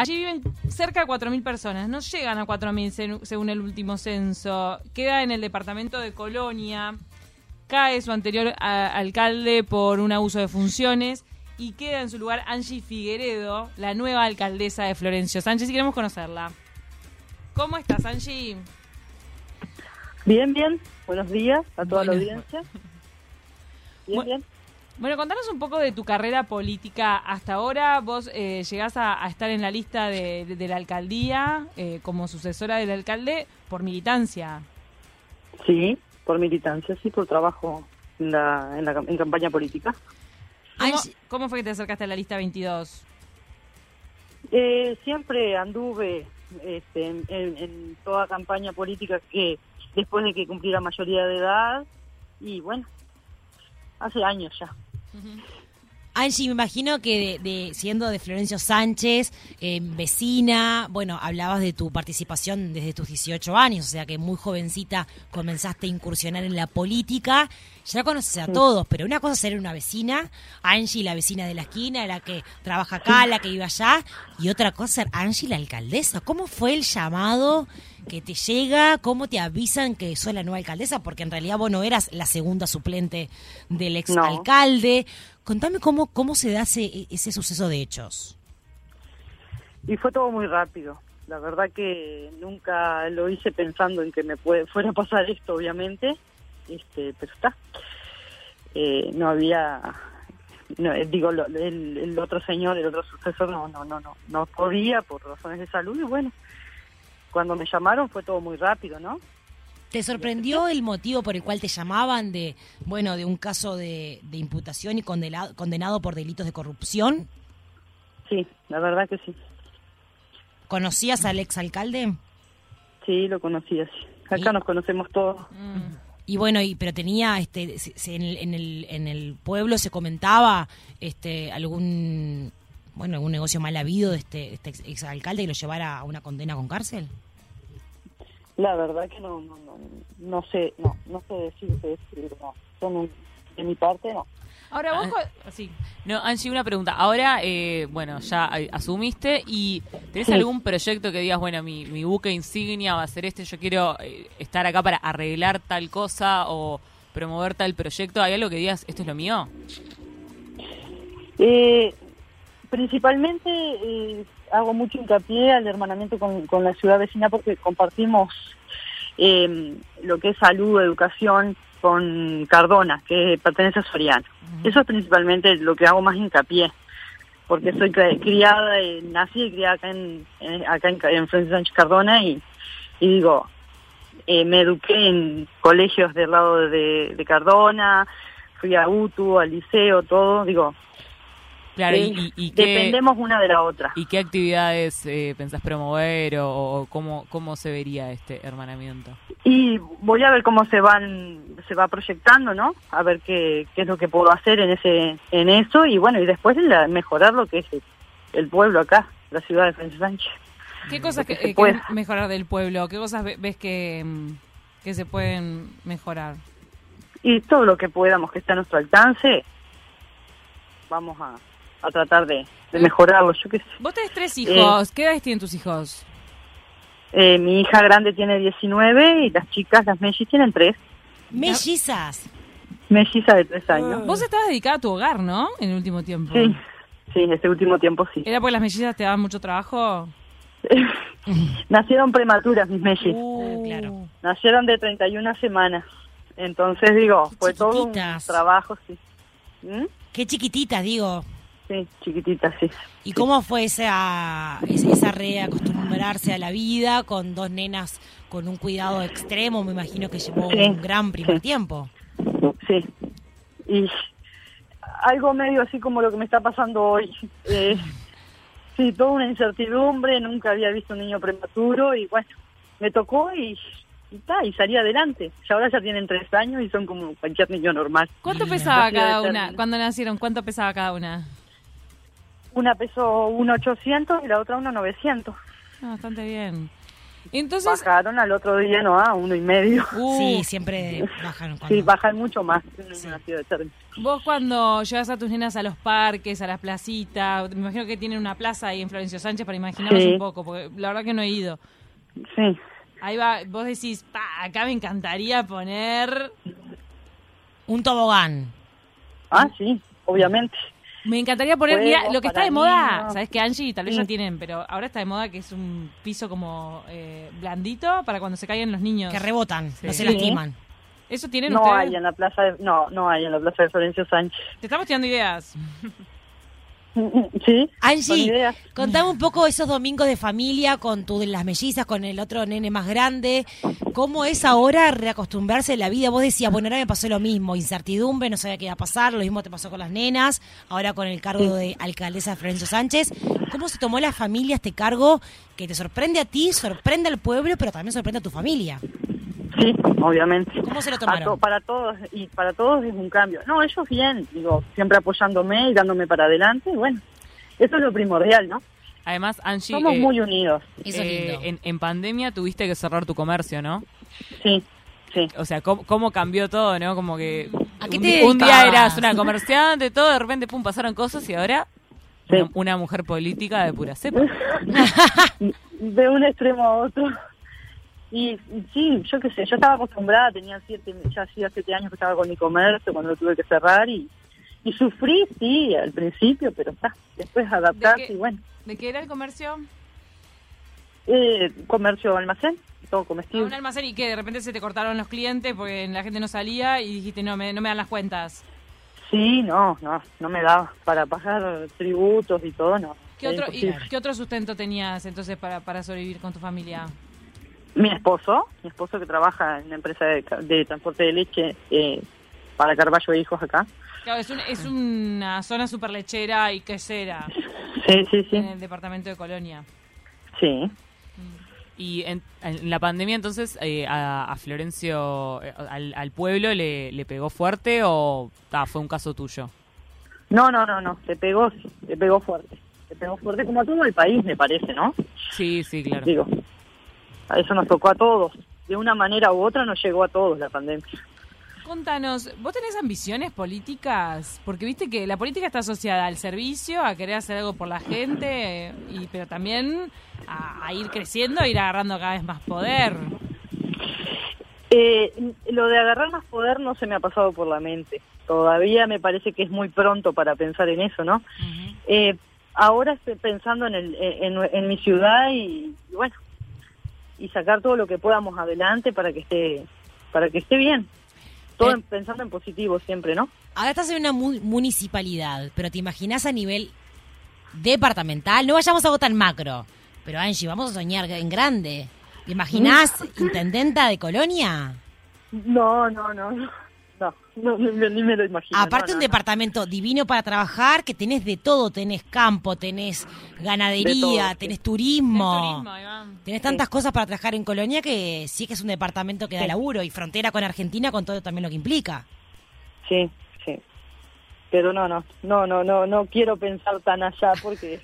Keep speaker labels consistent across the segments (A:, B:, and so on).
A: Allí viven cerca de 4.000 personas, no llegan a 4.000 se- según el último censo. Queda en el departamento de Colonia, cae su anterior a- alcalde por un abuso de funciones y queda en su lugar Angie Figueredo, la nueva alcaldesa de Florencio Sánchez, y queremos conocerla. ¿Cómo estás, Angie?
B: Bien, bien. Buenos días a toda la
A: Buenas.
B: audiencia. Bien,
A: Bu-
B: bien.
A: Bueno, contanos un poco de tu carrera política hasta ahora. Vos eh, llegás a, a estar en la lista de, de- de la alcaldía eh, como sucesora del alcalde por militancia.
B: Sí, por militancia, sí, por trabajo en la, en la cam- en campaña política.
A: ¿Cómo,
C: Angie-
A: cómo fue que te acercaste a la lista 22?
B: Eh, siempre anduve este, en, en- en toda campaña política que después de que cumplí la mayoría de edad y bueno, hace años ya.
C: Angie, me imagino que de, de- siendo de Florencio Sánchez, eh, vecina, bueno, hablabas de tu participación desde tus 18 años, o sea que muy jovencita comenzaste a incursionar en la política, ya conoces a todos, pero una cosa es ser una vecina, Angie la vecina de la esquina, la que trabaja acá, la que vive allá, y otra cosa ser Angie la alcaldesa. ¿Cómo fue el llamado que te llega? ¿Cómo te avisan que sos la nueva alcaldesa? Porque en realidad vos no eras la segunda suplente del exalcalde alcalde. Contame cómo, cómo se da ese, ese suceso de hechos.
B: Y fue todo muy rápido. La verdad que nunca lo hice pensando en que me puede- fuera a pasar esto, obviamente. Este, pero está. Eh, no había, no, eh, digo, lo- el, el otro señor, el otro sucesor, no, no, no, no, no podía por razones de salud. Y bueno, cuando me llamaron fue todo muy rápido, ¿no?
C: ¿Te sorprendió el motivo por el cual te llamaban de, bueno, de un caso de, de imputación y condenado, condenado por delitos de corrupción?
B: Sí, la verdad que sí.
C: ¿Conocías al exalcalde?
B: Sí, lo conocí así. Acá
C: ¿Y?
B: nos conocemos todos.
A: Mm.
C: Y bueno, y, pero tenía, este, se- se- en, el, en, el, en el pueblo se comentaba este, algún, bueno, algún negocio mal habido de este, este ex- exalcalde que lo llevara a una condena con cárcel.
B: La verdad que no, no, no, no sé, no, no sé decirte, decir, no. Yo no- de mi parte, no.
A: Ahora vos...
D: Ah.
A: co- sí.
D: No, Angie, una pregunta. Ahora, eh, bueno, ya eh, asumiste y ¿tenés
B: Sí.
D: algún proyecto que digas, bueno, mi, mi buque insignia va a ser este, yo quiero eh, estar acá para arreglar tal cosa o promover tal proyecto? ¿Hay algo que digas, esto es lo mío?
B: Eh, principalmente eh, hago mucho hincapié al hermanamiento con, con la ciudad vecina porque compartimos eh, lo que es salud, educación con Cardona, que pertenece a Soriano. Eso es principalmente lo que hago más hincapié, porque soy cre- criada, eh, nací y criada acá en, en- acá en, Ca- en Francisco Sánchez Cardona y, y digo, eh, me eduqué en colegios del lado de, de Cardona, fui a UTU, al liceo, todo, digo,
D: Claro, y-
B: eh,
D: y, y qué,
B: dependemos una de la otra.
D: ¿y qué actividades eh, pensás promover o, o cómo, cómo se vería este hermanamiento?
B: Y voy a ver cómo se van se va proyectando, ¿no? A ver qué, qué es lo que puedo hacer en ese en eso y bueno, y después la- mejorar lo que es el, el pueblo acá, la ciudad de Francisco Sánchez.
A: ¿Qué cosas que,
B: que se
A: eh,
B: pueda.
A: querés mejorar del pueblo? ¿Qué cosas ve- ves que, mm, que se pueden mejorar?
B: Y todo lo que podamos que está a nuestro alcance, vamos a, a tratar de, de mejorarlo. Yo qué sé.
A: Vos tenés tres hijos. ¿Qué edades tienen tus hijos?
B: Eh, mi hija grande tiene 19 y las chicas, las mellis, tienen 3.
C: Mellizas.
B: Melliza de 3 años.
D: Ah.
A: Vos estabas dedicada a tu hogar, ¿no? En el último tiempo.
B: Sí, sí, este último tiempo sí.
A: ¿Era porque las mellizas te daban mucho trabajo?
B: Nacieron prematuras mis mellis.
A: Uh,
C: claro.
B: Nacieron de 31 semanas. Entonces, digo,
C: Qué
B: fue todo un
C: chiquititas.
B: trabajo, sí. ¿Mm?
C: Qué chiquititas, digo.
B: Sí, chiquititas, sí.
C: ¿Y cómo fue esa, esa reacostumbrarse a la vida con dos nenas con un cuidado extremo? Me imagino que llevó
B: Sí,
C: un gran primer
B: sí.
C: tiempo.
B: Sí. Y algo medio así como lo que me está pasando hoy. Eh, sí, toda una incertidumbre, nunca había visto un niño prematuro y bueno, me tocó y, y, ta, y salí adelante. Y ahora ya tienen tres años y son como cualquier niño normal.
A: ¿Cuánto
C: Mm.
A: pesaba
B: Rápido
A: cada
B: de
A: una?
B: término.
A: Cuando nacieron, ¿cuánto pesaba cada una?
B: Una pesó 1.800 y la otra 1.900.
A: Ah, bastante bien. Entonces,
B: Bajaron al otro día, no, a uno y medio.
A: uh,
C: Sí, siempre bajan cuando...
B: Sí, bajan mucho más en el Nacido de Cherry.
A: vos cuando llevas a tus nenas a los parques, a las placitas, me imagino que tienen una plaza ahí en Florencio Sánchez para imaginarnos
B: Sí.
A: un poco, porque la verdad que no he ido.
B: Sí.
A: Ahí va, vos decís, pa, acá me encantaría poner,
C: Un tobogán.
B: Ah, sí, obviamente.
A: me encantaría poner,
B: Juegos
A: mirá, lo que está
B: para
A: de moda,
B: niños.
A: sabes que Angie tal vez
B: Sí.
A: ya tienen, pero ahora está de moda que es un piso como eh, blandito para cuando se caigan los niños.
C: Que rebotan, no se
B: Sí.
C: lastiman.
A: Eso tienen
B: No
A: ustedes.
B: hay en la plaza de, no, no hay en la plaza de Florencio Sánchez.
A: Te estamos tirando ideas.
B: Sí. son
C: Angie,
B: ideas.
C: contame un poco esos domingos de familia con tu, las mellizas, con el otro nene más grande. ¿Cómo es ahora reacostumbrarse a la vida? Vos decías, bueno, ahora me pasó lo mismo, incertidumbre, no sabía qué iba a pasar, lo mismo te pasó con las nenas, ahora con el cargo de alcaldesa de Florencio Sánchez. ¿Cómo se tomó la familia este cargo que te sorprende a ti, sorprende al pueblo, pero también sorprende a tu familia?
B: Sí, obviamente.
C: ¿Cómo se lo
B: A
C: tomaron?
B: to- para todos y para todos es un cambio. No, ellos bien, digo, siempre apoyándome y dándome para adelante. y Bueno, eso es lo primordial, ¿no?
D: Además, Angie,
B: Somos
D: eh,
B: muy unidos.
C: Eso
D: eh,
C: es lindo.
D: en, en pandemia tuviste que cerrar tu comercio, ¿no?
B: Sí, sí.
D: O sea, cómo, cómo cambió todo, ¿no? Como que
C: ¿A qué
D: un,
C: te
D: un día
C: dedicabas?
D: eras una comerciante, todo, de repente, pum, pasaron cosas y ahora
B: Sí.
D: una, una mujer política de pura cepa.
B: de un extremo a otro. Y y sí, yo qué sé, yo estaba acostumbrada, tenía siete, ya hacía siete años que estaba con mi comercio cuando lo tuve que cerrar y, y sufrí, sí, al principio, pero está, después
A: ¿De
B: adaptarse
A: qué?
B: y bueno.
A: ¿De qué era el comercio?
B: Eh, comercio almacén, todo
A: A un
B: comestible.
A: almacén y que de repente se te cortaron los clientes porque la gente no salía y dijiste, no, me, no me dan las cuentas.
B: Sí, no, no, no me daba para pagar tributos y todo, no.
A: ¿Qué
B: era
A: otro, y,
B: imposible.
A: ¿Qué otro sustento tenías entonces para, para sobrevivir con tu familia?
B: Mi esposo, mi esposo que trabaja en una empresa de, ca- de transporte de leche eh, para Carballo e Hijos acá.
A: Claro, es, un- es una zona súper lechera y quesera
B: Sí, sí,
A: en
B: sí.
A: el departamento de Colonia.
B: Sí.
D: Y en, en la pandemia, entonces, eh, a, a Florencio, eh, al, al pueblo, le, le pegó fuerte o ah, fue un caso tuyo?
B: No, no, no, no, le pegó, le pegó fuerte. Le pegó fuerte como a todo el país, me parece, ¿no?
D: Sí, sí, claro.
B: Digo, a eso nos tocó a todos. De una manera u otra nos llegó a todos la pandemia.
A: Contanos, ¿vos tenés ambiciones políticas? Porque viste que la política está asociada al servicio, a querer hacer algo por la gente, y, pero también a, a ir creciendo, a ir agarrando cada vez más poder.
B: Eh, lo de agarrar más poder no se me ha pasado por la mente. Todavía me parece que es muy pronto para pensar en eso, ¿no? Eh, ahora estoy pensando en, el, en, en mi ciudad y, y bueno, y sacar todo lo que podamos adelante para que esté, para que esté bien. Todo
C: Eh.
B: en- pensando en positivo siempre, ¿no?
C: Ahora estás en una mu- municipalidad, pero te imaginas a nivel departamental. No vayamos a votar macro, pero Angie, vamos a soñar en grande. ¿Te imaginás
B: Mm.
C: intendenta de colonia?
B: No, no, no, no, no, no, ni, me- ni me lo imagino.
C: Aparte
B: no,
C: un
B: no, no.
C: departamento divino para trabajar, que tenés de todo, tenés campo, tenés
B: De
C: ganadería,
B: todo, sí.
C: tenés
A: Tenés
C: turismo.
A: turismo, Iván.
C: Tenés tantas cosas para trabajar en Colonia que sí que es un departamento que da
B: Sí.
C: laburo y frontera con Argentina con todo también lo que implica.
B: Sí, sí. Pero no, no, no, no, no, no quiero pensar tan allá porque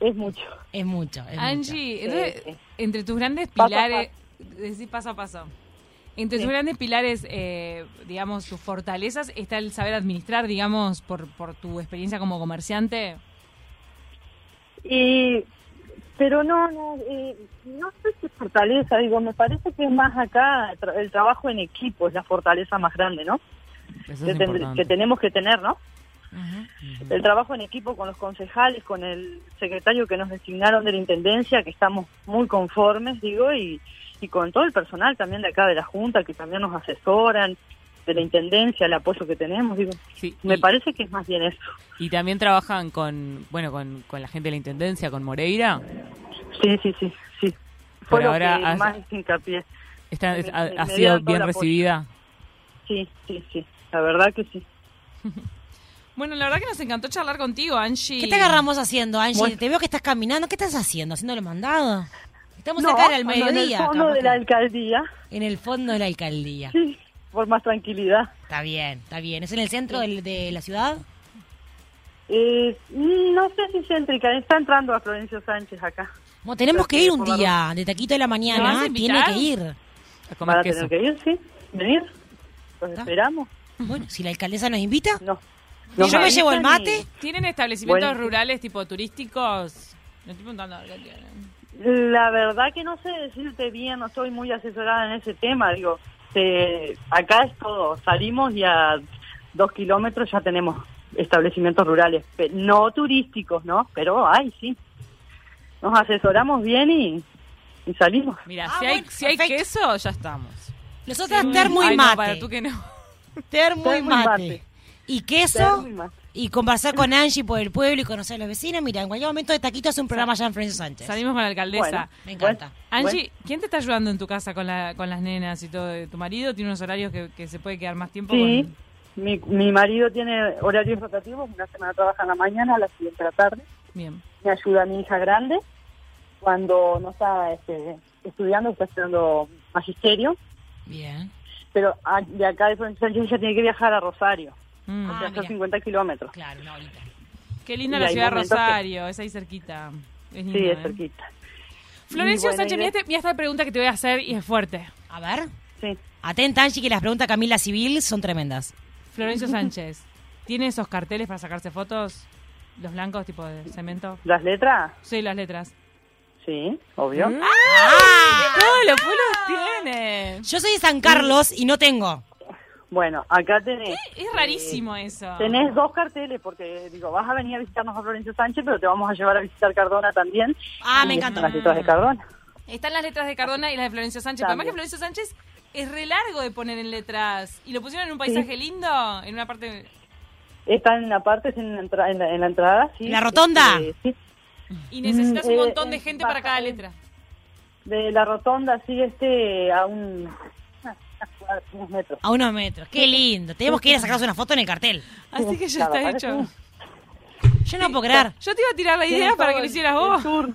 B: es mucho.
C: Es mucho. es mucho.
A: Angie, entonces,
B: sí.
A: entre tus grandes
B: Paso a
A: pilares, decís paso a paso, entre tus grandes pilares, eh, digamos, tus fortalezas, está el saber administrar, digamos, por, por tu experiencia como comerciante.
B: Y, pero no, no, eh, no sé si es fortaleza, digo, me parece que es más acá tra- el trabajo en equipo es la fortaleza más grande, ¿no?
D: Eso
B: Que,
D: es
B: ten-
D: importante.
B: que tenemos que tener, ¿no?
D: Ujú.
B: El trabajo en equipo con los concejales, con el secretario que nos designaron de la Intendencia, que estamos muy conformes, digo, y, y con todo el personal también de acá de la Junta, que también nos asesoran, de la Intendencia, el apoyo que tenemos, digo,
D: Sí,
B: me
D: y-
B: parece que es más bien eso.
D: Y también trabajan con, bueno, con, con la gente de la Intendencia, con Moreira.
B: Sí, sí, sí, sí. Fue
D: Pero
B: lo
D: ahora
B: que
D: has-
B: más hincapié.
D: Esta,
B: Me-
D: es- ha,
B: me-
D: ha
B: me
D: sido
B: dieron todo
D: bien
B: el apoyo.
D: recibida.
B: Sí, sí, sí, la verdad que sí.
A: Bueno, la verdad que nos encantó charlar contigo, Angie.
C: ¿Qué te agarramos haciendo, Angie?
B: Bueno.
C: Te veo que estás caminando. ¿Qué estás haciendo? ¿Haciendo lo mandado? Estamos
B: No,
C: acá al
B: cuando
C: mediodía.
B: En el fondo
C: capaz
B: de la
C: que-
B: alcaldía,
C: en el fondo de la alcaldía.
B: sí, por más tranquilidad.
C: Está bien, está bien. ¿Es en el centro del- de la ciudad?
B: Eh, no sé si céntrica, está entrando a Florencio Sánchez acá.
C: Bueno, tenemos
B: Creo
C: que ir
B: que
C: un
B: por la
C: día, de taquito de la
A: ¿Me
C: mañana,
A: vas a
C: ¿ah? tiene
A: invitar?
C: que ir.
A: A comer
B: Van a
A: queso.
B: tener que ir, sí, venir. Los
C: Está.
B: esperamos.
C: Bueno, si la alcaldesa nos invita,
B: No.
C: yo
B: Nos
C: me llevo el
B: avisan
C: mate.
A: ¿Tienen establecimientos
B: Bueno.
A: rurales tipo turísticos? No estoy preguntando a ver qué tienen.
B: y- La verdad que no sé decirte bien, no estoy muy asesorada en ese tema. Digo, eh, acá es todo. Salimos y a dos kilómetros ya tenemos establecimientos rurales, pe- no turísticos, ¿no? Pero hay, sí. Nos asesoramos bien y, y salimos.
A: Mira,
C: Ah,
A: si, hay,
C: bueno,
A: si hay
C: perfecto.
A: queso, ya estamos.
C: nosotras termo y
A: Ay, no,
C: mate.
A: para tú que no.
C: Termo y
B: Termo y
C: mate.
B: mate.
C: Y queso.
B: Termo y mate.
C: Y conversar con Angie por el pueblo y conocer a los vecinos. Mira, en cualquier momento de Taquito hace un programa ya en Francisco Sánchez.
A: Salimos con la alcaldesa.
B: Bueno.
C: Me encanta.
A: Angie, ¿quién te está ayudando en tu casa con, la, con las nenas y todo? ¿Tu marido tiene unos horarios que, que se puede quedar más tiempo?
B: Sí,
A: con-
B: mi, mi marido tiene horarios rotativos, una semana trabaja en la mañana, la siguiente a la tarde.
A: Bien.
B: Me ayuda mi hija grande cuando no está este, estudiando, está estudiando magisterio,
C: Bien.
B: pero a- de acá de Florencia Sánchez ella tiene que viajar a Rosario,
A: Mm.
C: Ah,
B: o sea, son
C: mira.
B: 50 kilómetros.
C: Claro, una horita.
A: Qué linda
B: Y
A: la
B: hay
A: ciudad de
B: momentos que-
A: Rosario, es ahí cerquita. Es
B: Sí,
A: lindo,
B: es
A: ¿eh?
B: cerquita.
A: Florencio
B: Y bueno,
A: Sánchez,
B: y de-
A: mira, este- mira esta pregunta que te voy a hacer y es fuerte.
C: A ver.
B: Sí.
C: Atenta, Angie, que las preguntas Camila Civil son tremendas.
A: Florencio Sánchez, ¿tiene esos carteles para sacarse fotos? Los blancos, tipo de cemento.
B: ¿Las letras?
A: Sí, las letras.
B: Sí, obvio.
C: ¿Mm?
A: ¡No, los pulos tiene!
C: Yo soy de San Carlos y no tengo.
B: Bueno, acá tenés... eh,
A: Es rarísimo eso.
B: Tenés dos carteles, porque digo, vas a venir a visitarnos a Florencio Sánchez, pero te vamos a llevar a visitar Cardona también.
C: Ah, me
B: Y
C: encanta.
B: están Las letras de Cardona.
A: Están las letras de Cardona y las de Florencio Sánchez. Pero además que
B: También.
A: Florencio Sánchez es re largo de poner en letras. Y lo pusieron en un paisaje lindo, en una parte...
B: Está en la parte, en la, entra- en la- en la entrada, sí.
C: ¿En la rotonda?
B: Este, sí.
A: Y necesitas
B: eh,
A: un montón de
B: eh,
A: gente para
B: baja,
A: cada
B: eh.
A: letra.
B: De la rotonda, sí, este, a un... unas cuadras, unos metros.
C: A unos metros. Qué lindo. Tenemos que ir a sacarse una foto en el cartel.
A: Así que ya
B: Claro,
A: está
B: parece
A: hecho.
B: un-
C: Yo no puedo creer.
A: Yo te iba a tirar la idea
B: Tienen
A: para
B: todo
A: que lo
B: el-
A: hicieras
B: el
A: vos.
B: tour.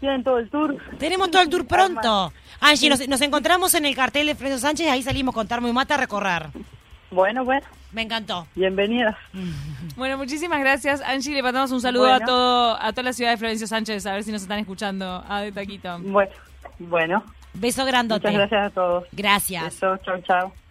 B: Tienen todo el tour.
C: Tenemos todo el tour pronto. Angie, nos, nos encontramos en el cartel de Fredo Sánchez. Ahí salimos con Tarmo y Mata a recorrer.
B: Bueno, bueno,
C: Me encantó.
B: bienvenidas.
A: Bueno, muchísimas gracias, Angie. Le mandamos un saludo a
B: Bueno.
A: todo a toda la ciudad de Florencio Sánchez, a ver si nos están escuchando. A de Taquito.
B: Bueno, bueno,
C: Beso grandote.
B: muchas gracias a todos.
C: Gracias.
B: Eso, chao, chao.